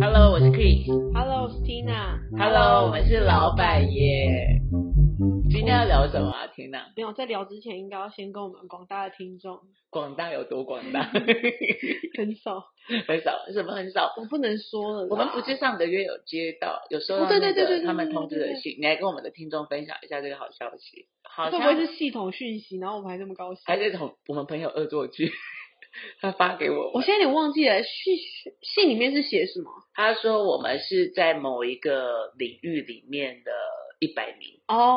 Hello，我是 Chris。 Hello，我是 Tina。 Hello，我们是老板耶。今天要聊什么啊？Tina，没有在聊之前，应该要先跟我们广大的听众 广大有多广大？ 很少，很少，什么很少？我不能说了啦。我们不是上个月有接到，有收哦到对那对对对个对他们通知对的对信，你来跟我们的听众分享一下这个好消息。好会像不会是系统讯息？然后我们还这么高兴？还是从我们朋友恶作剧， 他发给我我们，现在有点忘记了，信信里面是写什么？他说我们是在某一个领域里面的一百名，哦哦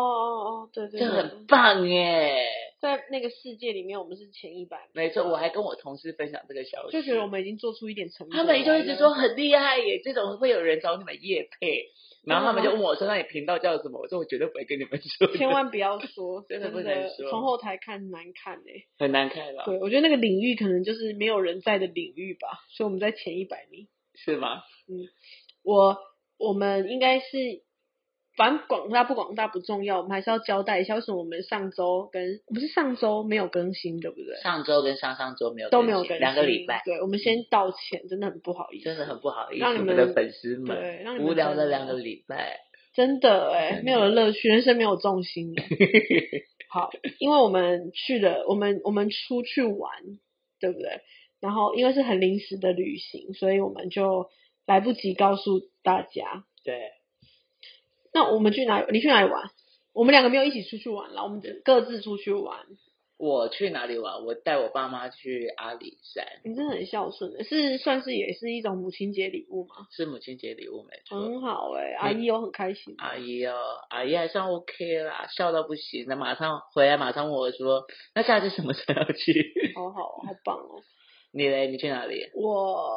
哦，对对这对很，棒耶！在那个世界里面，我们是前一百名，没错，我还跟我同事分享这个消息，就觉得我们已经做出一点成果来他了。们就一直说很厉害耶，这种会有人找你们夜配，然后他们就问我说：“那你频道叫什么？”我说：“我绝对不会跟你们说的，千万不要说， 真真的不能说从后台看难看哎、很难看啊了，对，我觉得那个领域可能就是没有人在的领域吧，所以我们在前一百名。是吗？我我们应该是，反正广大不广大不重要，我们还是要交代一下，为什么我们上周跟我们是上周没有更新，对不对？上周跟上上周没有都没有更新更新，两个礼拜，对，我们先道歉，真的很不好意思，真的很不好意思，让你我们的粉丝们对，让你们无聊了真的两个礼拜，真的哎、 没有了乐趣，人生没有重心耶。好，因为我们去了，我们我们出去玩，对不对？然后因为是很临时的旅行，所以我们就来不及告诉大家。对，那我们去哪里？你去哪里玩？我们两个没有一起出去玩了，我们只各自出去玩。我去哪里玩？我带我爸妈去阿里山，你真的很孝顺的，是算是也是一种母亲节礼物吗？是母亲节礼物，没错。很好哎、阿姨有很开心。阿姨哦，阿姨还算 OK 啦，笑到不行。那马上回来，马上问我说：“那下次什么时候要去？好好，好棒哦！你嘞？你去哪里？”我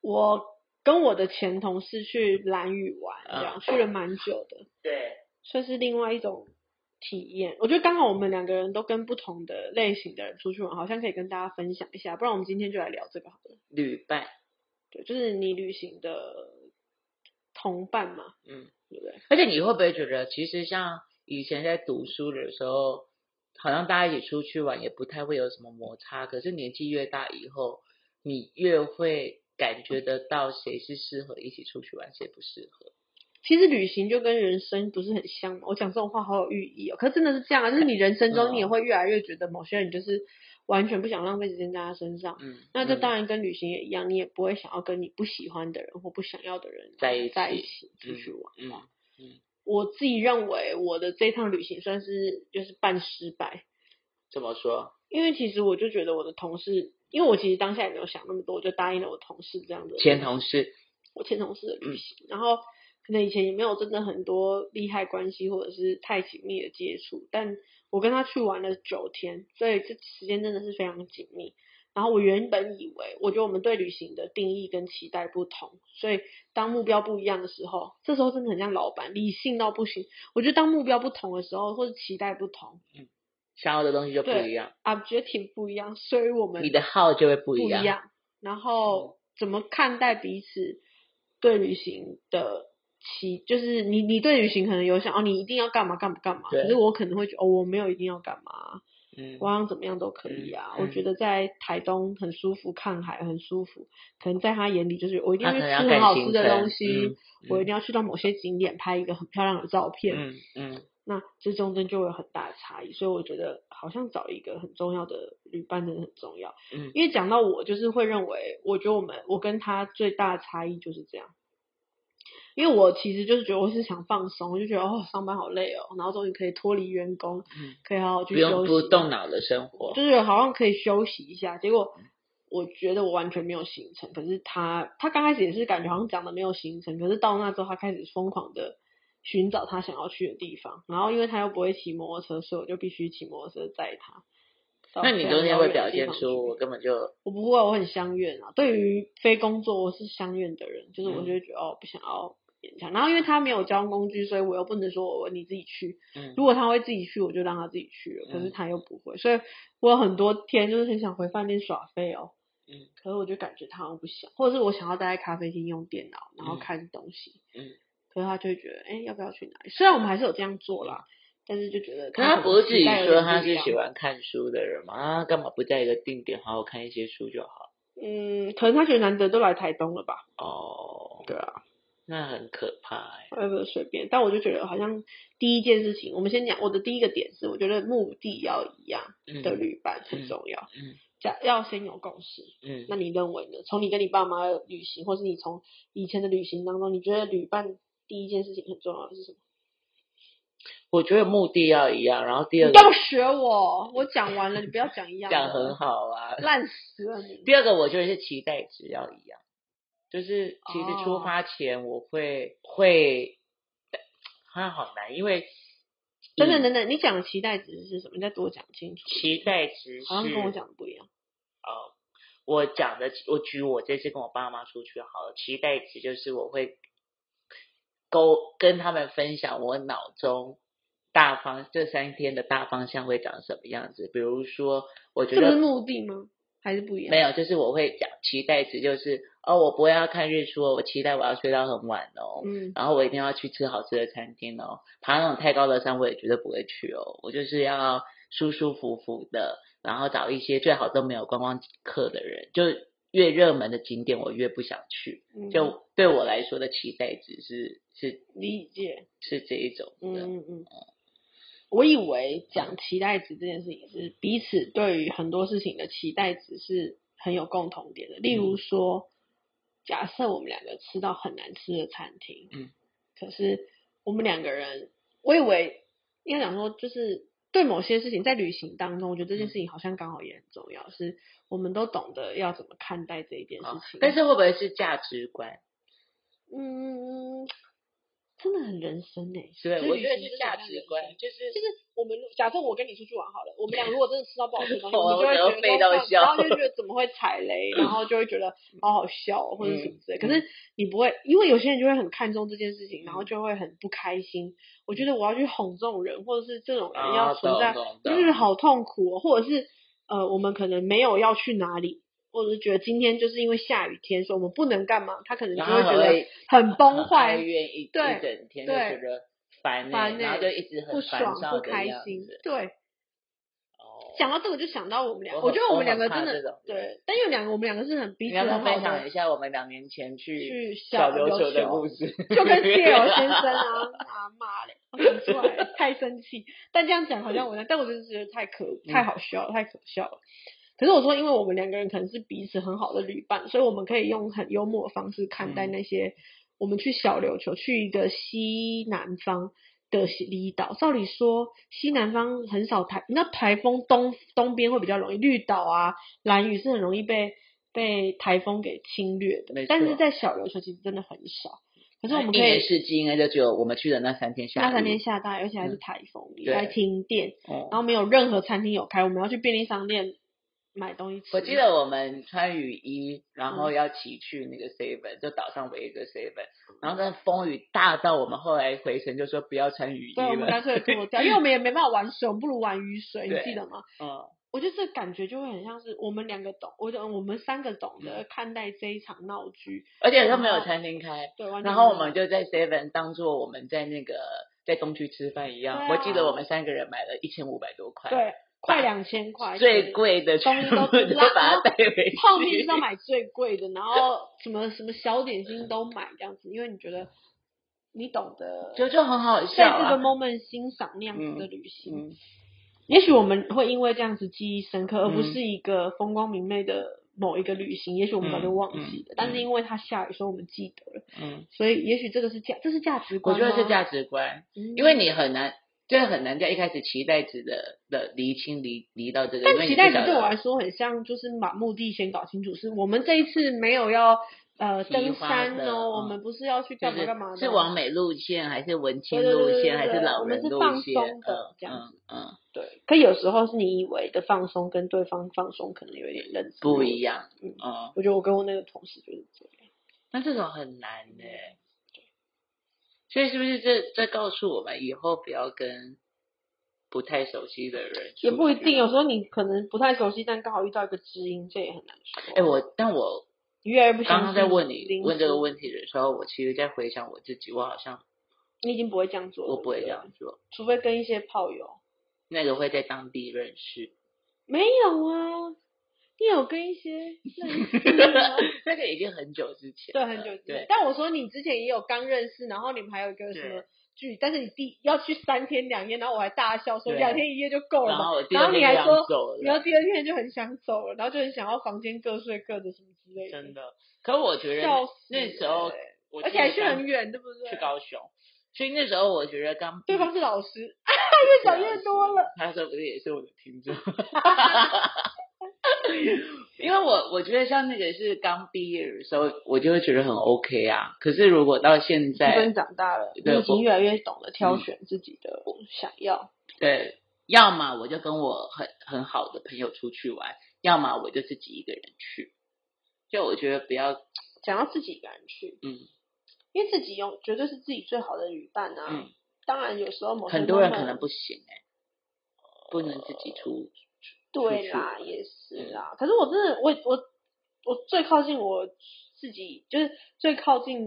我跟我的前同事去蓝屿玩，这样、嗯去了蛮久的，对，算是另外一种体验。我觉得刚好我们两个人都跟不同的类型的人出去玩，好像可以跟大家分享一下。不然我们今天就来聊这个好了。旅伴，对，就是你旅行的同伴嘛，嗯，对不对？而且你会不会觉得，其实像以前在读书的时候，好像大家一起出去玩也不太会有什么摩擦，可是年纪越大以后，你越会感觉得到谁是适合一起出去玩，谁不适合。其实旅行就跟人生不是很像吗？我讲这种话好有寓意哦。可是真的是这样啊，就是你人生嗯中你也会越来越觉得某些人就是完全不想浪费时间在他身上。嗯，那这嗯当然跟旅行也一样，你也不会想要跟你不喜欢的人或不想要的人在一起在一起出嗯去玩。嗯我自己认为我的这趟旅行算是就是半失败，怎么说？因为其实我就觉得我的同事，因为我其实当下也没有想那么多，我就答应了我同事这样的前同事，我前同事的嗯旅行，然后可能以前也没有真的很多利害关系或者是太紧密的接触，但我跟他去玩了九天，所以这时间真的是非常紧密。然后我原本以为，我觉得我们对旅行的定义跟期待不同，所以当目标不一样的时候，这时候真的很像老板，理性到不行。我觉得当目标不同的时候，或者期待不同想要的东西就不对一样， ，objective 不一样，所以我们你的号就会不不一一样。样，然后怎么看待彼此对旅行的期，就是你你对旅行可能有想哦，你一定要干嘛干嘛干嘛，对可是我可能会觉得哦，我没有一定要干嘛，嗯我，好像怎么样都可以啊。嗯我觉得在台东很舒服，看海很舒服，可能在他眼里就是我一定要去他可能要吃很好改行吃的程东西，嗯嗯我一定要去到某些景点拍一个很漂亮的照片，嗯嗯，那这中间就会有很大的差异，所以我觉得好像找一个很重要的旅伴真的很重要。嗯因为讲到我，就是会认为，我觉得我们我跟他最大的差异就是这样。因为我其实就是觉得我是想放松，我就觉得哦上班好累哦，然后终于可以脱离员工，嗯可以好好去不休息，用不动脑的生活，就是好像可以休息一下。结果我觉得我完全没有行程，可是他他刚开始也是感觉好像讲的没有行程，可是到那之后他开始疯狂的寻找他想要去的地方，然后因为他又不会骑摩托车，所以我就必须骑摩托车载他。那你昨天会表现出出我根本就我不会，我很相怨啊。对于非工作，我是相怨的人，就是我就会嗯觉得、哦，不想要勉强。然后因为他没有交通工具，所以我又不能说我你自己去。嗯如果他会自己去，我就让他自己去了。可是他又不会，所以我有很多天就是很想回饭店耍废哦。嗯可是我就感觉他好像不想，或者是我想要待在咖啡厅用电脑，然后嗯看东西。嗯可是他就会觉得，哎、要不要去哪里？虽然我们还是有这样做啦，但是就觉得他可能不是自己期待有说点他不一是样啊喜欢看书的人嘛？他干嘛不在一个定点好好看一些书就好？嗯，可能他觉得难得都来台东了吧？哦，对啊，那很可怕哎、呃不随便，但我就觉得好像第一件事情，我们先讲我的第一个点是，我觉得目的要一样嗯的旅伴嗯很重要，嗯假要先有共识。嗯，那你认为呢？从你跟你爸妈的旅行，或是你从以前的旅行当中，你觉得旅伴第一件事情很重要的是什么？我觉得目的要一样，然后第二你个要学我，我讲完了，你不要讲一样的，讲嗯很好啊，烂死了你。第二个我觉得是期待值要一样，就是其实出哦发前我会、会，啊好难，因为等等以等等，你讲的期待值是什么？你再多讲清楚。期待值是好像跟我讲的不一样。呃，我讲的，我举我这次跟我爸妈出去好了，期待值就是我会沟跟他们分享我脑中大方这三天的大方向会长什么样子。比如说，我觉这不是得目的吗？还是不一样？没有，就是我会讲期待值，就是哦，我不会要看日出哦，我期待我要睡到很晚哦。嗯，然后我一定要去吃好吃的餐厅哦，爬那种太高的山我也绝对不会去哦，我就是要舒舒服服的，然后找一些最好都没有观光客的人，就越热门的景点我越不想去，嗯就对我来说的期待值是是理解。是这一种嗯的，嗯嗯。我以为讲期待值这件事情是彼此对于很多事情的期待值是很有共同点的。例如说，假设我们两个吃到很难吃的餐厅，嗯，可是我们两个人，我以为应该讲说，就是对某些事情在旅行当中，我觉得这件事情好像刚好也很重要，是我们都懂得要怎么看待这一件事好情。但是会不会是价值观？嗯，真的很人生呢、是不所是？以我旅觉得行是真的价很值人观生，就是就是我们假设我跟你出去玩好了，我们俩如果真的吃到不好吃的东 西，我我们就我会觉得觉背得到说哦笑嗯然后就觉得怎么会踩雷，然后就会觉得好好笑哦或者什么之类。可是你不会，因为有些人就会很看重这件事情，然嗯后就会很不开心。我觉得我要去哄这种人，或者是这种人要啊，存在，懂就懂是懂好痛苦、哦，或者是呃，我们可能没有要去哪里。或者是觉得今天就是因为下雨天，所以我们不能干嘛，他可能就然会后还觉得会很崩很哀坏，怨一一对整天，就对觉得烦欸烦欸然后就一直不很烦爽、躁不的开样心子。。对，哦讲到这个就想到我们俩，我我觉得很们我两很个怕真这的种对，但有两个我们两个是很彼你此要不要很分好享一的下我们两年前去去小琉琉球的故事，事？就跟谢友先生啊啊骂嘞，我讲出来了哎太生气。但这样讲好像我在，但我就是觉得太可太好笑了，太可笑了。可是我说，因为我们两个人可能是彼此很好的旅伴，所以我们可以用很幽默的方式看待嗯那些、我们去小琉球，去一个西南方的离岛。照理说，西南方很少台，那台风东东边会比较容易，绿岛啊、蓝屿是很容易被被台风给侵略的没。但错是在小琉球其实真的很少，可是我们一可以年四季应该就只有我们去的那三天下雨。那三天下大雨，而且还是嗯台风，对也还停电，哦，然后没有任何餐厅有开，我们要去便利商店买东西吃。我记得我们穿雨衣，然后嗯要骑去那个 seven，就岛上唯一一个 seven，然后那风雨大到我们后来回程就说不要穿雨衣对，我们了。干脆脱 掉，因为我们也没办法玩水，我们不如玩雨水，你对记得吗？嗯，我觉得这感觉就会很像是我们两个懂，我懂，我们三个懂得看待这一场闹剧。而且都没有餐厅开，对，完全然后没我有们就在 Seven 当做我们在那个在东区吃饭一样。对啊我记得我们三个人买了一千五百多块，对快两千块最对贵的东西全都部都把它带回去。泡面就是要买最贵的，然后什么什么小点心都买这样子，因为你觉得你懂得就就很好笑在这个啊。 moment 欣赏那样子的嗯旅行。嗯，也许我们会因为这样子记忆深刻，而不嗯是一个风光明媚的某一个旅行，也许我们早就忘记嗯了。嗯但是因为它下雨，所以我们记得了。嗯，所以也许这个是价，这是价值我观觉吗。得是价值观，嗯，因为你很难，就是很难在一开始期待值的的厘清离离到这个。因为但你期不待晓值对得我来说很像，就是把目的先搞清楚，是我们这一次没有要呃喜登欢山的哦，我嗯们不是要去就干嘛是干嘛的，啊是往美路线还是文青对对路对对线对还对老我们人是路放线？松的嗯这样嗯嗯，对。可有时候是你以为的放松，跟对方放松可能有一点认知不一样。样。嗯嗯，我觉得我跟我那个同事就是这样。那这种很难的、所以是不是这这告诉我们以后不要跟不太熟悉的人？也不一定，。哦有时候你可能不太熟悉，但刚好遇到一个知音，这也很难说。哎、我但我你越来越不相刚刚信。在问你问这个题，问题的时候，我其实在回想我自己，我好像你已经不会这样做了。我不会啊对这对，样做，除非跟一些炮友。 那个会在当地认识。没有啊，你有跟 一些认识吗？那个已经很久之前对，了，很久之前对，但我说你之前也有刚认识，然后你们还有一个什么剧，但是你第要去三天两夜，然后我还大笑说对啊两天一夜就够了然嘛。后我第然二后你天还就想说走了，然后第二天就很想走了，然后就很想要房间各睡各的什么之类真的，的。可我觉得笑死那时候欸，我而记得且还去刚很远，对不对？去高雄，所以那时候我觉得刚对啊方是老师， 越讲越多了。他说不是也是我的听 众，因为我我觉得像那个是刚毕业的时候，我就会觉得很 OK 啊。可是如果到现在，长大了，对你已经我越来越懂得挑嗯选自己的想要。对，要么我就跟我很很好的朋友出去玩，要么我就自己一个人去。就我觉得不要，想要自己一个人去，嗯，因为自己有绝对是自己最好的旅伴啊。嗯当然有时候某些很多人 moment- 可能不行哎、不能自己出。呃对啦，出也是嗯啦。可是我真的，我我我最靠近我自己，就是最靠近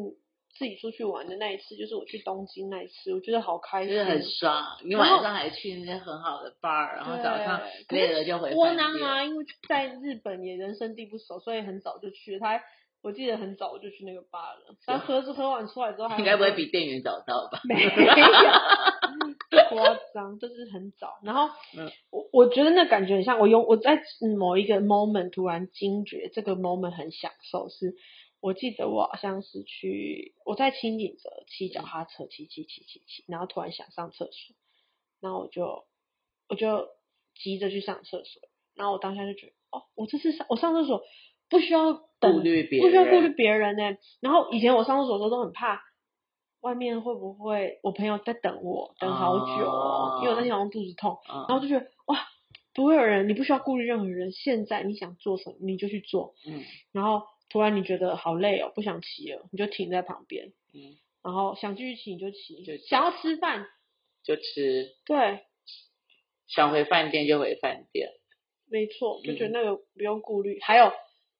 自己出去玩的那一次，就是我去东京那一次，我觉得好开就心。哦是很爽，你然后晚上还去那些很好的 bar，然后早上对可是累了就回窝饭囊店。啊，因为在日本也人生地不熟，所以很早就去了。他我记得很早我就去那个吧了，他喝喝完出来之后还应该不会很比店员早到吧？嗯 没 有，夸张，就是很早。然后，嗯我我觉得那感觉很像我用我在嗯某一个 moment 突然惊觉，这个 moment 很享受。是我记得我好像是去我在清景泽骑脚踏车，骑骑骑骑骑，然后突然想上厕所，然后我就我就急着去上厕所，然后我当下就觉得，哦，我这次上我上厕所不需要等顾虑别不需要顾虑人别人呢、然后以前我上厕所的时候都很怕，外面会不会我朋友在等我，等好久、啊哦，因为我那天好像肚子痛，嗯然后就觉得哇，不会有人，你不需要顾虑任何人，现在你想做什么你就去做，嗯然后突然你觉得好累哦，不想骑了，你就停在旁边，嗯，然后想继续骑你就骑，就骑想要吃饭，就吃，对，想回饭店就回饭店。没错，就觉得嗯那个不用顾虑。还有，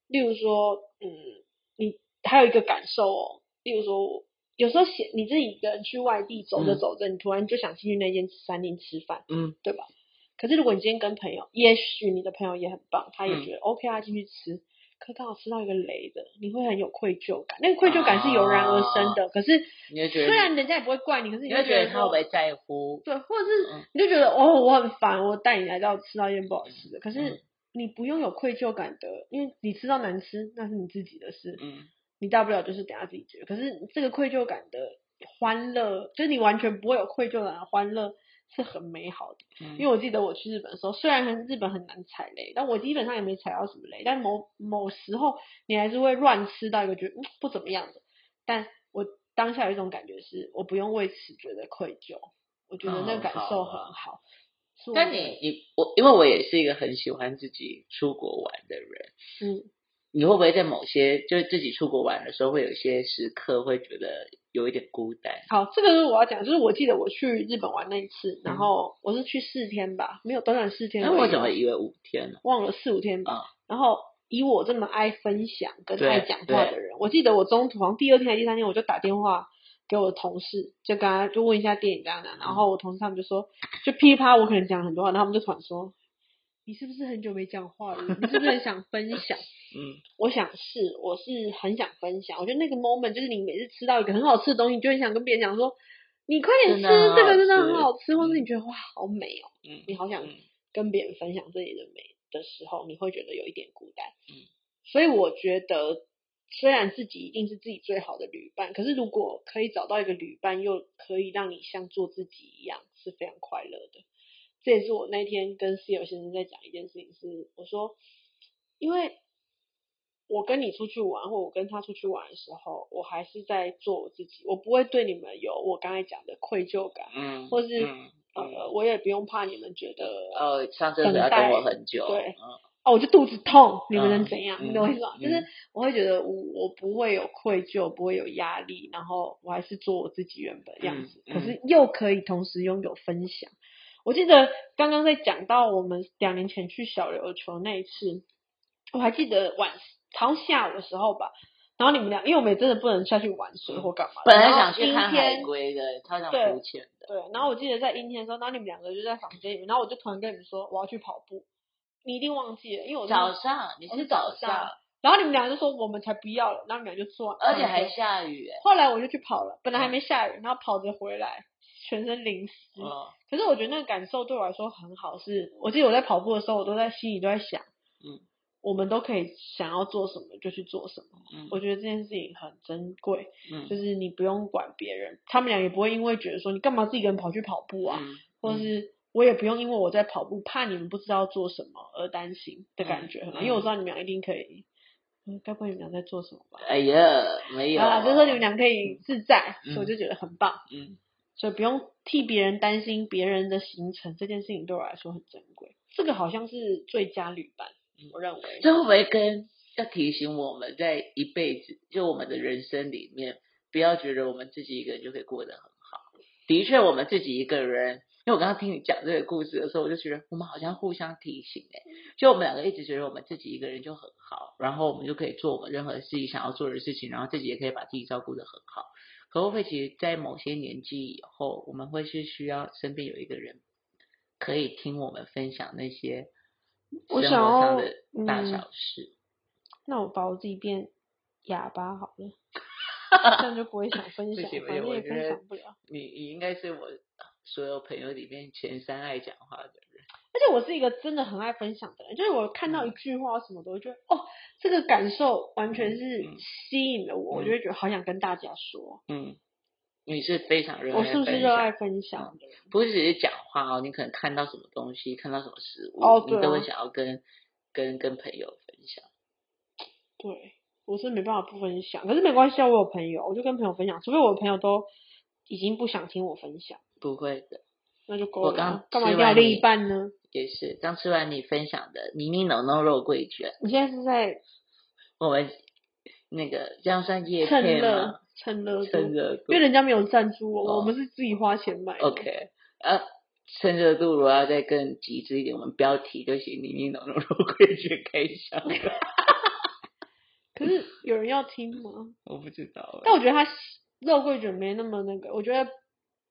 例如说，嗯，你还有一个感受哦，例如说，有时候写你自己一个人去外地走着嗯走着，你突然就想进去那间餐厅吃饭，嗯，对吧？可是如果你今天跟朋友，也许你的朋友也很棒，他也嗯觉得、OK 啊，进去吃，可刚好吃到一个雷的，你会很有愧疚感。那个愧疚感是油然而生的，可是啊你就觉虽得然人家也不会怪你，可是你你就会觉得说他会不会在乎？对，或者是嗯你就觉得哦，我很烦，我带你来到吃到一件不好吃的，可嗯是你不用有愧疚感的，因为你吃到难吃那是你自己的事，嗯，你大不了就是等下自己解决。可是这个愧疚感的欢乐，就是你完全不会有愧疚感的欢乐是很美好的。因为为我记得我去日本的时候，虽然很日本很难踩雷，但我基本上也没踩到什么雷。但某某时候你还是会乱吃到一个觉得、嗯、不怎么样的，但我当下有一种感觉是，我不用为此觉得愧疚，我觉得那嗯感好受啊很好。是我但的你你我，因为我也是一个很喜欢自己出国玩的人，嗯，你会不会在某些就是自己出国玩的时候，会有一些时刻会觉得有一点孤单？好，这个是我要讲，就是我记得我去日本玩那一次，然后我是去四天吧，没有短短四天而嗯那已哦，我怎么以为五天呢？忘了四五天吧。嗯然后以我这么爱分享跟对爱讲话对的人，我记得我中途好像第二天还是第三天，我就打电话给我的同事，就跟他就问一下电影这样的，然后我同事他们就说，就噼里啪啦我可能讲很多话，然后他们就突然说，你是不是很久没讲话了？你是不是很想分享？ 嗯我想是，我是很想分享。我觉得那个 moment 就是你每次吃到一个很好吃的东西，你就很想跟别人讲说，你快点吃，真的很好这个真的很吃好吃，或者嗯你觉得哇好美哦，嗯你好想嗯跟别人分享这里的美的时候，你会觉得有一点孤单。嗯，所以我觉得，虽然自己一定是自己最好的旅伴，可是如果可以找到一个旅伴，又可以让你像做自己一样，是非常快乐的。这也是我那天跟室友先生在讲一件事情是，我说，因为我跟你出去玩，或我跟他出去玩的时候，我还是在做我自己，我不会对你们有我刚才讲的愧疚感，嗯，或是嗯嗯呃，我也不用怕你们觉得呃哦，上厕所要等我很久，等待对嗯哦，我就肚子痛，你们能怎样？嗯你懂我意思吗？嗯就是我会觉得我我不会有愧疚，不会有压力，然后我还是做我自己原本的样子，嗯嗯可是又可以同时拥有分享。我记得刚刚在讲到我们两年前去小琉球那一次，我还记得晚好像下午的时候吧，然后你们俩，因为我们也真的不能下去玩水或干嘛的，本来然后想去阴看天海龟的，超想对浮潜的。对，然后我记得在阴天的时候，然后你们两个就在房间里面，然后我就突然跟你们说我要去跑步，你一定忘记了，因为我是早上你我是早上，，然后你们俩就说我们才不要了，然后你们俩就做，而且还。下雨嗯哎、后来我就去跑了，本来还没下雨，然后跑着回来，全身淋湿。哦，可是我觉得那个感受对我来说很好是，我记得我在跑步的时候，我都在心里都在想，嗯，我们都可以想要做什么就去做什么。嗯我觉得这件事情很珍贵，就嗯是你不用管别人，他们俩也不会因为觉得说你干嘛自己一个人跑去跑步啊，嗯或者是我也不用因为我在跑步怕你们不知道做什么而担心嗯的感觉，很好因为我知道你们俩一定可以。嗯，该不会你们俩在做什么吧？哎呀，没有啊，就是说你们俩可以自在，嗯所以我就觉得很棒。嗯，所以不用替别人担心别人的行程，这件事情对我来说很珍贵。这个好像是最佳旅伴，我认为。嗯这会不会跟要提醒我们在一辈子就我们的人生里面，不要觉得我们自己一个人就可以过得很好。的确，我们自己一个人，因为我刚刚听你讲这个故事的时候，我就觉得我们好像互相提醒哎、就我们两个一直觉得我们自己一个人就很好，然后我们就可以做我们任何自己想要做的事情，然后自己也可以把自己照顾得很好。可会不会其实，在某些年纪以后，我们会是需要身边有一个人可以听我们分享那些我生想活上要的大嗯小事？那我把我自己变哑巴好 了，这样就不会想分不享，行不反行正我也觉分得享不了。你你应该是我所有朋友里面前三爱讲话的人。而且我是一个真的很爱分享的人，就是我看嗯到一句话什么的，我就觉得哦，这个感受完全是嗯吸引了我，我就会觉得好想跟大家说，嗯，你嗯是非常热爱我是不是分热享爱分享的人？不是只是讲话哦，你可能看到什么东西，看到什么食物，哦对你都会啊想要跟跟跟朋友分享。对，我是没办法不分享，可是没关系啊，我有朋友，我就跟朋友分享，除非我的朋友都已经不想听我分享，不会的，那就够我了啊刚。干嘛吃一定要完另一你半呢？也是刚吃完你分享的迷你浓浓肉桂卷，你现在是在我们那个这样算叶趁片吗热？趁热度，趁热度因为人家没有赞助我，我哦们是自己花钱买的。 ，OK，呃。趁热度，如果要再更极致一点，我们标题就写“迷你浓浓肉桂卷开箱”。 可是有人要听吗？我不知道欸。但我觉得它肉桂卷没那么那个，我觉得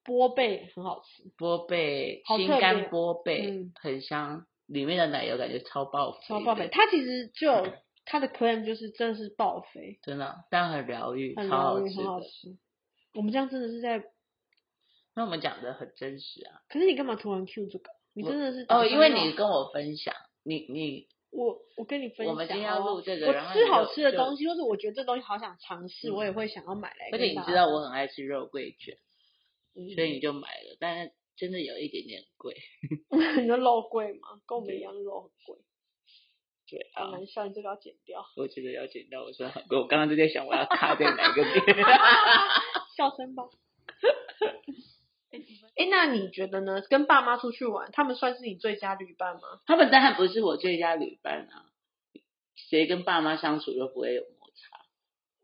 波贝很好吃，波贝好心特肝别波贝嗯很香，里面的奶油感觉超爆肥的，超爆肥。它其实就有它的 claim 就是真的是爆肥，真的，但很疗愈，很超疗好愈，吃很好的。吃。我们这样真的是在那我们讲的很真实啊，可是你干嘛突然 Q 这个？你我真的是打哦，算因为要你跟我分享，你你我我跟你分享，哦我们今天要录这个我然后吃你好就吃的就东西，或者我觉得这东西好想尝试，嗯我也会想要买来而跟大且你家分享。知道我很爱吃肉桂卷，嗯，所以你就买了，但是真的有一点点贵。 你的肉贵吗？跟我们一样肉很贵，对好啊，难笑，你这个要剪掉，我觉得要剪掉，我说很贵，我刚刚就在想我要卡在哪个点。 笑声吧。哎、那你觉得呢？跟爸妈出去玩，他们算是你最佳旅伴吗？他们当然不是我最佳旅伴啊，谁跟爸妈相处都不会有摩擦。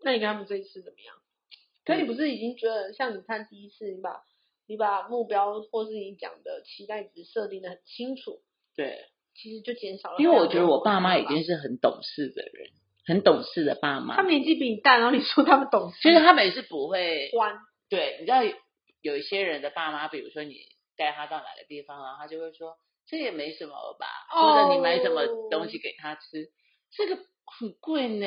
那你跟他们这一次怎么样？可嗯你不是已经觉得，像你看第一次，你把你把目标或是你讲的期待值设定的很清楚，对，其实就减少了。因为我觉得我爸妈已，经是很懂事的人，很懂事的爸妈他，们年纪比你大，然后你说他们懂事，就是他们也是不会欢，对，你知道有一些人的爸妈，比如说你带他到哪个地方，然啊后他就会说这也没什么吧，或者你买什么东哦西给他吃，这个很贵呢，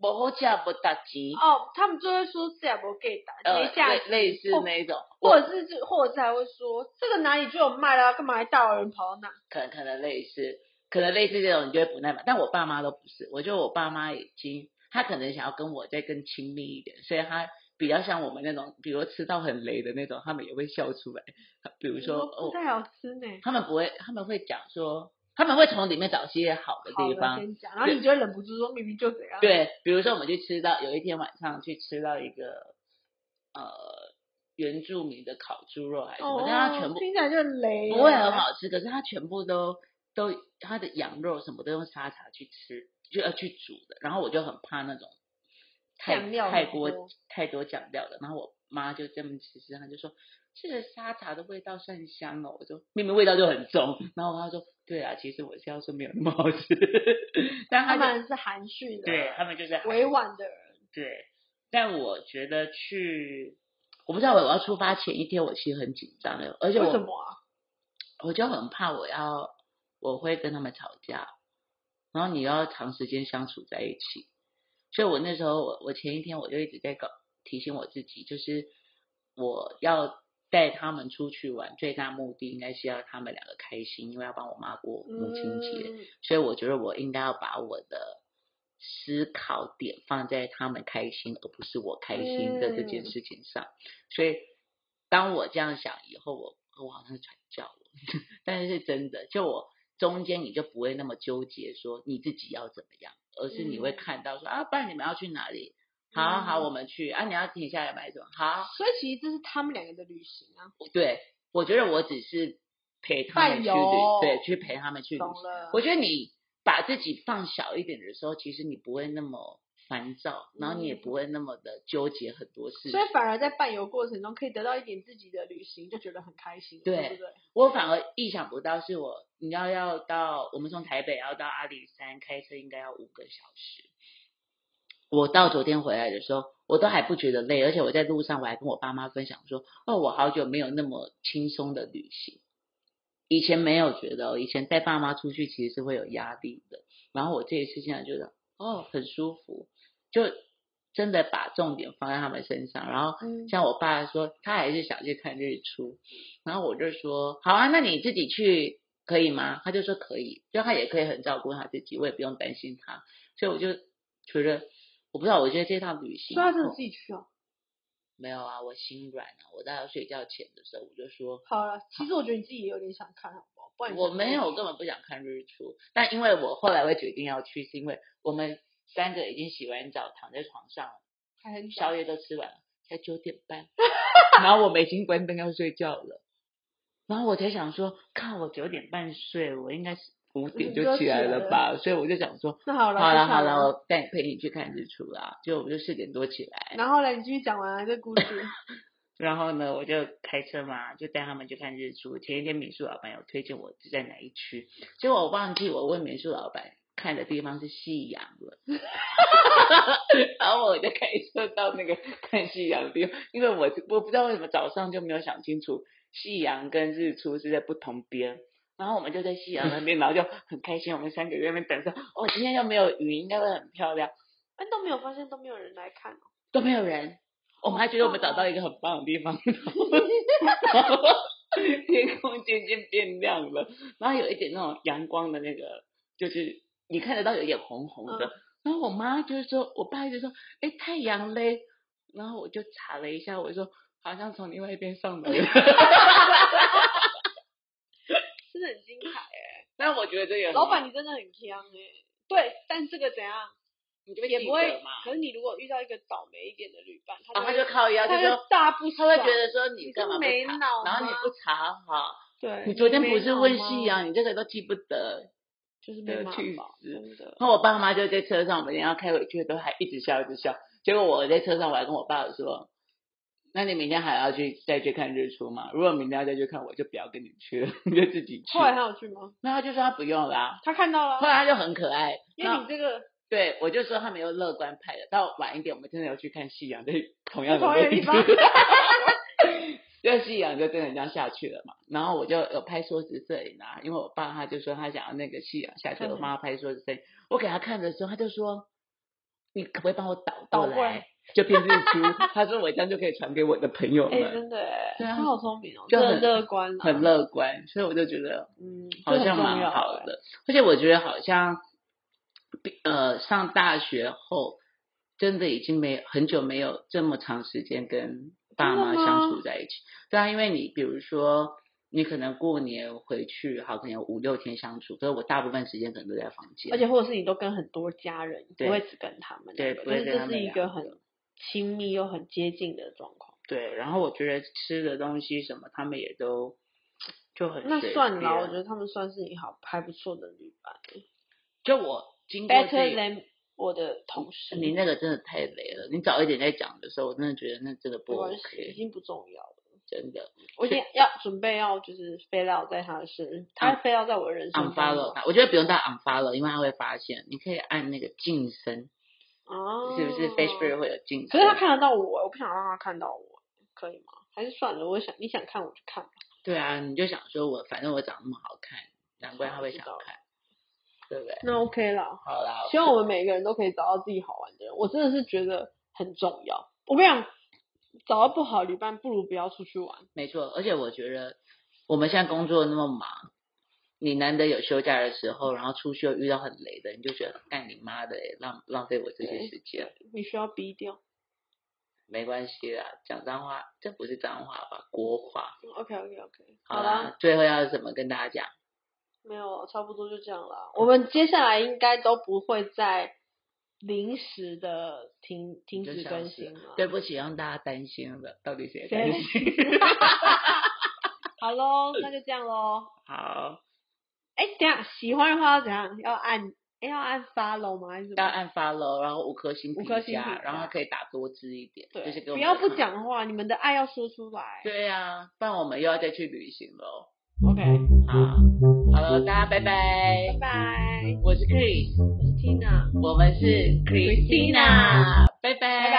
不好吃不打钱，哦，他们就会说这也不给打，呃，没价哦类类似那种，或者是就或者是还会说这个哪里就有卖啦、干嘛还大老远跑到那？可能可能类似，可能类似这种，你就会不耐烦。但我爸妈都不是，我觉得我爸妈已经，他可能想要跟我再更亲密一点，所以他比较像我们那种，比如吃到很雷的那种，他们也会笑出来。比如说，不哦，太好吃呢。他们不会，他们会讲说，他们会从里面找些好的好地的，方。先讲，然后你就会忍不住说明明就这样。，对，比如说我们去吃到有一天晚上去吃到一个呃原住民的烤猪肉还是什么，哦，但他全部听起来就雷，不会很。好吃，可是它全部都都它的羊肉什么都用沙茶去吃，就要去煮的。然后我就很怕那种太酱料太很多多太多酱料的。然后我妈就这么吃吃，她就说这个沙茶的味道算香哦。我说明明味道就很重，然后我妈说对啊，其实我是要说没有那么好吃， 但他他们们是含蓄的，对他们就是还委婉的人。对，但我觉得去。我不知道我要出发前一天，我其实很紧张的，而且为我什么啊？我就很怕我要我会跟他们吵架，然后你要长时间相处在一起，所以我那时候我我前一天我就一直在搞提醒我自己，就是我要带他们出去玩，最大目的应该是要他们两个开心，因为要帮我妈过母亲节，嗯所以我觉得我应该要把我的思考点放在他们开心，而不是我开心的这嗯件事情上。所以，当我这样想以后，我我好像是传教了， 但是是真的，就我中间你就不会那么纠结说你自己要怎么样，而是你会嗯看到说、啊，不然你们要去哪里？好好，我们去啊！你要停下来买什么？好，所以其实这是他们两个的旅行啊，对我觉得我只是陪他们去伴旅游，对，去陪他们去旅懂行。了。我觉得你把自己放小一点的时候，其实你不会那么烦躁，然后你也嗯不会那么的纠结很多事情所。以反而在伴游过程中可以得到一点自己的旅行，就觉得很开心，对对不对？我反而意想不到，是我你要要到我们从台北要到阿里山，开车应该要五个小时。我到昨天回来的时候，我都还不觉得累，而且我在路上我还跟我爸妈分享说，哦，我好久没有那么轻松的旅行，以前没有觉得哦，以前带爸妈出去其实是会有压力的，然后我这一次现在觉得哦很舒服，就真的把重点放在他们身上，然后嗯像我爸说，他还是想去看日出，然后我就说好啊，那你自己去可以吗？他就说可以，就他也可以很照顾他自己，我也不用担心他，所以我就觉得，我不知道，我觉得这趟旅行所以他真的后自己去哦。没有啊，我心软啊，我在睡觉前的时候我就说。好了，其实我觉得你自己也有点想看，好不好？不然你我想没有，看我根本不想看日出。但因为我后来会决定要去，是因为我们三个已经洗完澡，躺在床上了，还很小宵夜都吃 完了，才九点半，然后我们已经关灯要睡觉了，然后我才想说，看我九点半睡，我应该是五点就起来了吧，所以我就想说，那好好了，了就这好样了，。我带你陪你去看日出啦，就我就四点多起来，然后呢，你继续讲完啊这故事。 然后呢，我就开车嘛，就带他们去看日出。前一天民宿老板有推荐我住在哪一区，结果我忘记我问民宿老板看的地方是夕阳了， 然后我就开车到那个看夕阳的地方，因为我我不知道为什么早上就没有想清楚夕阳跟日出是在不同边。然后我们就在夕阳那边，然后就很开心。我们三个在那边等着，哦，今天又没有云，应该会很漂亮。哎，都没有发现都没有人来看哦。都没有人，我们还觉得我们找到一个很棒的地方， 然后天空渐渐变亮了，然后有一点那种阳光的那个，就是你看得到有一点红红的。嗯然后我妈就是说，我爸就说，哎，太阳嘞。然后我就查了一下，我说好像从另外一边上来 了。真的很精彩哎、但我觉得这个老板你真的很强哎、对，但这个怎样你就被也记不得会嘛，，啊可是你如果遇到一个倒霉一点的旅伴，他然后他会就靠腰，他就会说大不他爽，会觉得说你你干嘛是不没查，脑吗？然后你不查好，对，你昨天没不是脑问啊吗夕，阳，你这个都记不得。就是没对脑去吧，死真的。然后我爸妈就在车上，我们等一下开回去都还一直笑一直笑。结果我在车上我还跟我爸说：“那你明天还要去再去看日出吗？如果明天要再去看，我就不要跟你去了， 你就自己去。后来”他有去吗？那他就说他不用啦。他看到后了，啊来他就很可爱，因为那你这个对我就说他没有乐观派的。到晚一点，我们真的要去看夕阳，在同样的同一个位地置方就夕阳就真的这样下去了嘛。然后我就有拍桌子摄影啊，因为我爸他就说他想要那个夕阳下去，嗯我帮他拍桌子摄影。我给他看的时候，他就说：“你可不可以帮我导倒过来来？”就变日出，他说我这样就可以传给我的朋友 哎、们，真的哎、对啊他好聪明哦，就真的很乐观啊，很乐观，所以我就觉得嗯，这好很像重蛮要好哎。的。而且我觉得好像，比呃，上大学后真的已经没很久没有这么长时间跟爸真的妈吗相处在一起。对啊，因为你比如说。你可能过年回去，好，可能有五六天相处，可是我大部分时间可能都在房间。而且或者是你都跟很多家人，不对会只跟他们两对个，不但会是跟这他是们一两个个很亲密又很接近的状况。对，然后我觉得吃的东西什么，他们也都就很那随算了，便我觉得他们算是你好还不错的旅伴就我经过自，better 己 than 我的同事。 你那个真的太雷了，你早一点在讲的时候，我真的觉得那真的不没关系，啊 OK，已经不重要了。真的。我已经要准备要就是飞到在他的生日，他飞到在我的人生嗯 unfollow 他，我觉得不用到 unfollow，因为他会发现，你可以按那个晋升，啊，是不是 Facebook 会有晋可升是？他看得到我，我不想让他看到我，可以吗？还是算了，我想你想看我就看吧。对啊，你就想说我反正我长那么好看，难怪他会想哦知道看，对不对？那 OK 啦。好啦，希望我们每个人都可以找到自己好玩的人，我真的是觉得很重要。我跟你讲，找到不好的旅伴，不如不要出去玩。没错，而且我觉得我们现在工作那么忙，你难得有休假的时候，然后出去又遇到很雷的，你就觉得干你妈的，欸浪浪费我这些时间。你需要逼掉。 没关系啦，讲脏话，这不是脏话吧？国话。 OK OK OK，好啊啦，啦，最后要怎么跟大家讲？没有，差不多就这样啦。我们接下来应该都不会再临时的停停就止像更是新了。对不起，让大家担心了，到底谁谁担心？ 好喽，那就这样喽。好，哎、等一下喜欢的话要怎样？要按哎要按 follow 吗？还是什要么？按 follow，然后五颗星五评颗星价评，然后价可以打多支一点，对，就是给我们不要的不爱。讲话，你们的爱要说出来。 对呀、不然我们又要再去旅行喽。 ，OK，好，好了，大家拜拜。拜拜。我是 Chris，我是 Tina。我们是 Christina，拜拜，拜拜